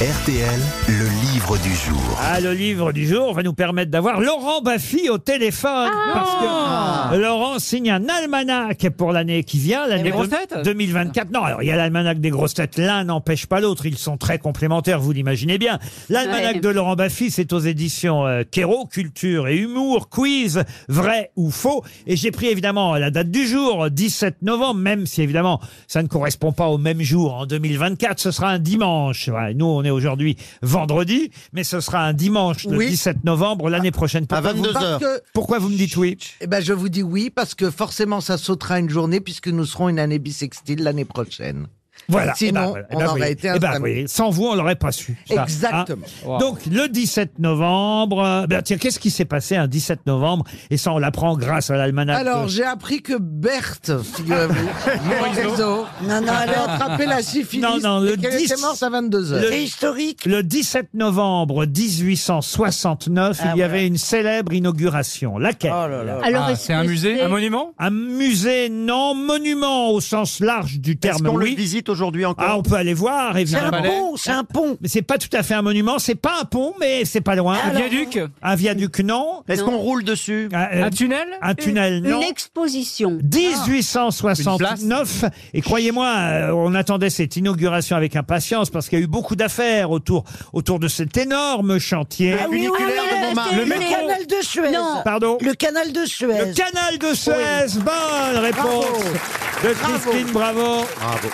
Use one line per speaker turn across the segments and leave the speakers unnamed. RTL, le livre du jour.
Ah, le livre du jour va nous permettre d'avoir Laurent Baffy au téléphone.
Ah.
parce que Laurent signe un almanach pour l'année qui vient, l'année
grosses
de-
têtes
2024. Non, alors il y a l'almanach des grosses têtes. L'un n'empêche pas l'autre. Ils sont très complémentaires, vous l'imaginez bien. L'almanach
Ouais.
de Laurent Baffy, c'est aux éditions euh, Kéro, Culture et Humour, Quiz, Vrai ou Faux. Et j'ai pris évidemment la date du jour, 17 novembre, même si évidemment ça ne correspond pas au même jour en 2024. Ce sera un dimanche. Voilà, nous, on est aujourd'hui vendredi, mais ce sera un dimanche le
Oui.
17 novembre l'année prochaine.
À
Pourquoi vous-
22
Parce
heures.
que-
pourquoi vous me dites oui
Eh ben, je vous dis oui, parce que forcément, ça sautera une journée, puisque nous serons une année bissextile l'année prochaine.
Voilà. Eh
Sinon,
ben, voilà. Eh
on
ben,
aurait
oui.
été un
Eh ben,
samedi.
oui. Sans vous, on l'aurait pas su. ça.
Exactement.
Hein Donc, le 17 novembre, euh, ben, tiens, qu'est-ce qui s'est passé un 17 novembre Et ça, on l'apprend grâce à l'almanach.
Alors,
de-
j'ai appris que Berthe, figurez-vous, Morisot, avait attrapé la syphilis
Non, non, le
et qu'elle
10,
était morte à 22 heures.
le- Le 17 novembre 1869, il
Ah,
y avait une célèbre inauguration. Laquelle
Oh
Alors,
Ah,
est-ce
Ah, C'est un
que
musée
c'est-
monument
Un musée, non, monument au sens large du
Est-ce
terme,
qu'on le
oui.
visite aujourd'hui encore
Ah, on peut aller voir,
Ah
évidemment.
palais
c'est un pont.
Mais c'est pas tout à fait un monument, c'est pas un pont, mais c'est pas loin.
Un viaduc
Un viaduc, non.
Ah, Est-ce qu'on roule dessus
Un, euh,
Un tunnel
un tunnel,
Une
non.
exposition.
Ah.
1869. Et croyez-moi, euh, on attendait cette inauguration avec impatience parce qu'il y a eu beaucoup d'affaires autour, autour de cet énorme chantier.
Ah
funiculaire de Montmartre.
Le
Le canal de Suez.
Non.
Pardon.
Le canal de Suez.
Le canal de Suez. Bonne réponse de Christine Bravo.
Bravo.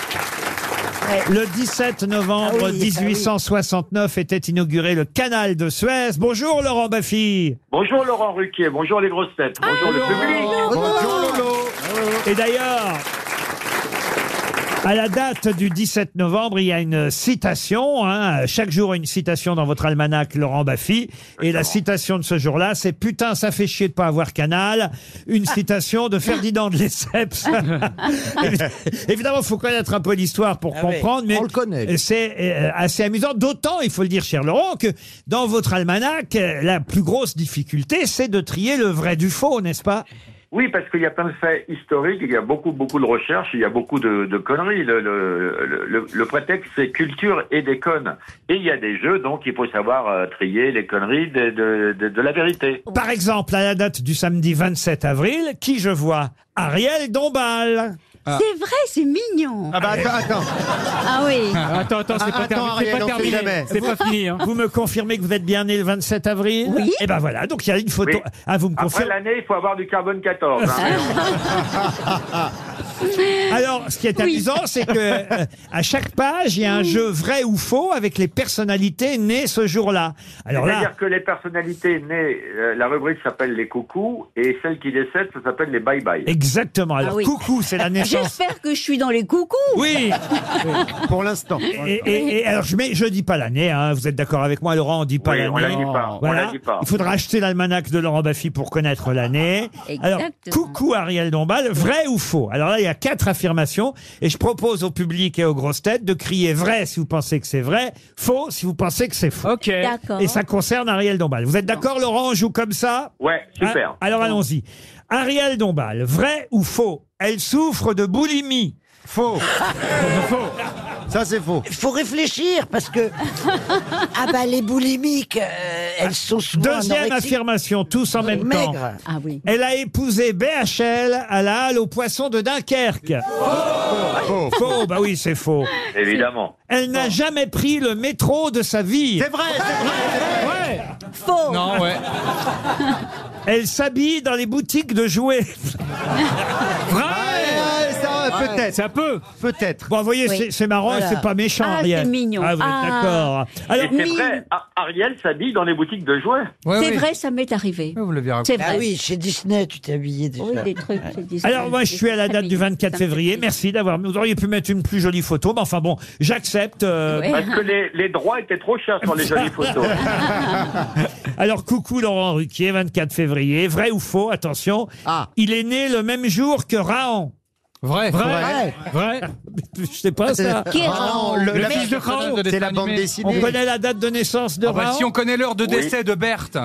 Le 17 novembre
Ah oui, ah oui.
1869 était inauguré le canal de Suez. Bonjour Laurent Baffy.
Bonjour Laurent Ruquier, bonjour les grosses têtes, bonjour le public.
Bonjour Lolo.
Et d'ailleurs, à la date du 17 novembre, il y a une citation. hein. Chaque jour, une citation dans votre almanach, Laurent Baffy. Et la citation de ce jour-là, c'est Putain, ça fait chier de pas avoir canal. Une citation de Ferdinand de Lesseps. Évidemment, il faut connaître un peu l'histoire pour comprendre. Mais
Ah On le connaît,
et C'est euh, assez amusant, d'autant, il faut le dire, cher Laurent, que dans votre almanach, euh, la plus grosse difficulté, c'est de trier le vrai du faux, n'est-ce pas
Oui, parce qu'il y a plein de faits historiques, il y a beaucoup, beaucoup de recherches, il y a beaucoup de, de conneries. Le, le, le- le- le prétexte, c'est culture et des connes. Et il y a des jeux, donc il faut savoir euh, trier les conneries de, de, de- de la vérité.
Par exemple, à la date du samedi 27 avril, qui je vois Ariel Dombal.
C'est vrai, c'est mignon.
Ah bah attends, attends.
Ah oui.
Attends, attends, c'est
Ah,
pas
attends, Ariel, on sait
terminé. C'est pas terminé.
jamais.
C'est pas fini. hein.
Vous me confirmez que vous êtes bien né le 27 avril
Ah. Oui.
Et ben voilà, donc il y a une photo.
Oui.
Ah, vous me
Après
confirmez.
l'année, il faut avoir du carbone 14. hein.
Alors, ce qui est amusant, c'est que euh, à chaque page, il y a un jeu vrai ou faux avec les personnalités nées ce jour-là. Alors là,
C'est-à-dire que les personnalités nées, euh, la rubrique s'appelle les coucous, et celles qui décèdent, ça s'appelle les bye-bye.
exactement. Alors,
Ah oui. Ah,
coucou, c'est la naissance.
J'espère que je suis dans les coucous.
Oui.
Pour l'instant.
Et, et- et alors, je mets, je dis pas l'année. hein. Vous êtes d'accord avec moi, Laurent On dit pas
Oui, on la
l'année.
dit pas. on
Voilà.
la dit pas.
Il faudra acheter l'almanach de Laurent Baffy pour connaître l'année. Alors,
Exactement.
coucou Ariel Dombal, vrai ou faux Alors là, il y a quatre affirmations et je propose au public et aux grosses têtes de crier vrai si vous pensez que c'est vrai, faux si vous pensez que c'est faux.
Ok.
D'accord.
Et ça concerne Ariel Dombal. Vous êtes d'accord, Laurent On joue comme ça
Ouais, super.
Hein Alors allons-y. Ariel Dombal, vrai ou faux Elle souffre de boulimie.
Faux. Faux. Ça c'est faux.
Il faut réfléchir parce que ah bah les boulimiques, euh, elles sont souvent
Deuxième
anorexiques,
affirmation, tous en même temps.
maigres.
Ah oui.
Elle a épousé BHL à la halle aux poissons de Dunkerque.
Oh,
Faux, bah oui, c'est faux.
Évidemment.
Elle n'a jamais pris le métro de sa vie.
C'est vrai, c'est vrai.
Ouais.
Faux.
Non, ouais.
Elle s'habille dans les boutiques de jouets.
Vrai
Ouais, ça, peut-être,
Ça peut.
peut-être.
Bon, vous voyez,
Oui.
c'est- c'est marrant
Voilà.
et c'est pas méchant,
Ah,
Ariel.
c'est mignon.
Ah, vous êtes
Ah.
d'accord. Alors,
Et c'est
Mine.
vrai, Ar- Ariel s'habille dans les boutiques de jouets.
C'est vrai, ça m'est arrivé.
Vous l'avez raconté.
C'est
Ah
vrai.
oui, chez Disney, tu t'es habillé déjà.
Oui, des trucs. c'est des-
alors moi, je suis à la
Ça
date du
m'est-
24
ça m'est-
février. Merci d'avoir... Vous auriez pu mettre une plus jolie photo, mais enfin bon, j'accepte. euh,
Ouais.
Parce que les, les droits étaient trop chers sur les jolies photos.
Alors, coucou Laurent Ruquier, 24 février. Vrai ou faux Attention.
Ah.
Il est né le même jour que Raon.
Vrai.
Vrai Vrai Je sais pas ça.
Euh,
Qui est
Ah,
Raon
le,
Le
la
fils
bande-
de Raoul.
C'est la bande dessinée.
On connaît la date de naissance de
Ah bah,
Raon
si on connaît l'heure de
Oui.
décès de Berthe.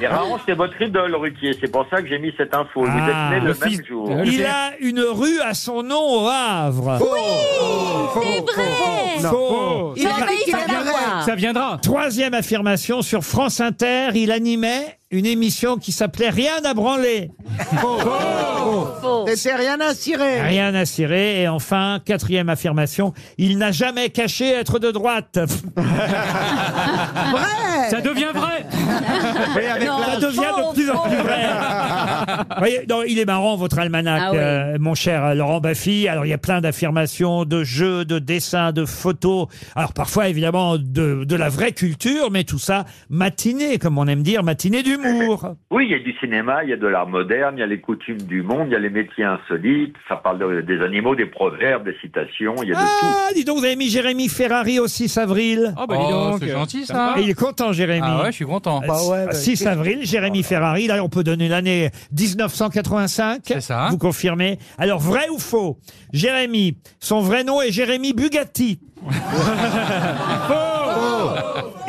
Et Raon, c'est votre idole, Ruquier. C'est pour ça que j'ai mis cette info. Vous
Ah,
êtes né le,
le
même
fils-
jour.
euh,
Il a une rue à son nom au Havre.
C'est vrai
Faux.
Faux.
Il
Non,
a-
mais il va l'avoir.
Ça viendra.
Troisième affirmation, sur France Inter, il animait une émission qui s'appelait Rien à branler.
Faux.
C'était rien à cirer.
Rien à cirer. Et enfin, quatrième affirmation, il n'a jamais caché être de droite.
Vrai
Ça devient vrai.
Mais avec
Non,
la-
Ah,
Ça devient
faux,
de plus en
faux.
plus vrai. Vous voyez, non, il est marrant, votre almanach,
Ah oui.
euh, mon cher Laurent Baffy. Alors, il y a plein d'affirmations, de jeux, de dessins, de photos. Alors, parfois, évidemment, de, de la vraie culture, mais tout ça matinée, comme on aime dire, matinée d'humour.
Oui, il y a du cinéma, il y a de l'art moderne, il y a les coutumes du monde, il y a les métiers insolites. Ça parle de- des animaux, des proverbes, des citations. Il y a de tout.
Ah, dis donc, vous avez mis Jérémy Ferrari au 6 avril.
Oh, c'est gentil ça.
Et il est content, Jérémy.
Ah ouais, bah je suis content.
Euh, 6 avril, Jérémy Ferrari. Là, on peut donner l'année 1985.
C'est ça, hein.
Vous confirmez. Alors, vrai ou faux Jérémy, son vrai nom est Jérémy Bugatti. Faux.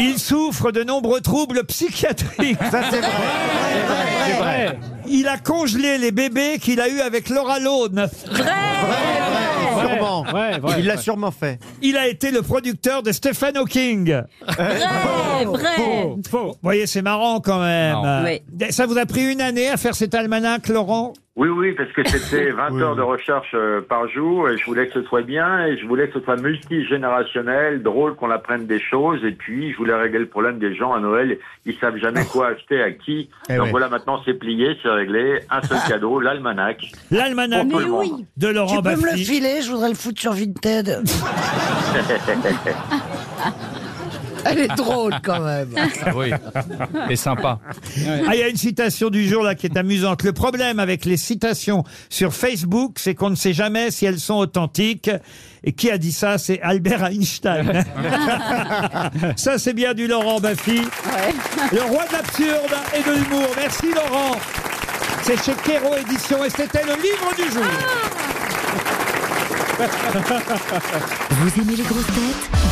Il souffre de nombreux troubles psychiatriques.
Ça, c'est vrai.
Il a congelé les bébés qu'il a eus avec Laura Lone.
Sûrement. Il l'a sûrement fait.
Il a été le producteur de Stephen Hawking.
Vrai, vrai.
Vous voyez, c'est marrant quand même.
Marrant.
Oui.
Ça vous a pris une année à faire cet almanach, Laurent
Oui, oui, parce que c'était 20 heures de recherche euh, par jour et je voulais que ce soit bien et je voulais que ce soit multigénérationnel, drôle qu'on apprenne des choses et puis je voulais régler le problème des gens à Noël. Ils savent jamais quoi acheter à qui.
Eh
Donc
ouais.
voilà, maintenant c'est plié, c'est réglé. Un seul cadeau, l'almanach.
L'almanach
Pour tout
Mais
le
oui.
monde.
de
Tu
Laurent
peux me le
Baffy.
filer, je voudrais le foutre sur Vinted.
Elle est drôle quand même.
Ah oui. C'est sympa.
Ah, il y a une citation du jour là qui est amusante. Le problème avec les citations sur Facebook, c'est qu'on ne sait jamais si elles sont authentiques. Et qui a dit ça C'est Albert Einstein. ça, c'est bien du Laurent Baffy. Le roi de l'absurde et de l'humour. Merci Laurent. C'est chez Kero Édition et c'était le livre du jour.
Vous aimez les grosses têtes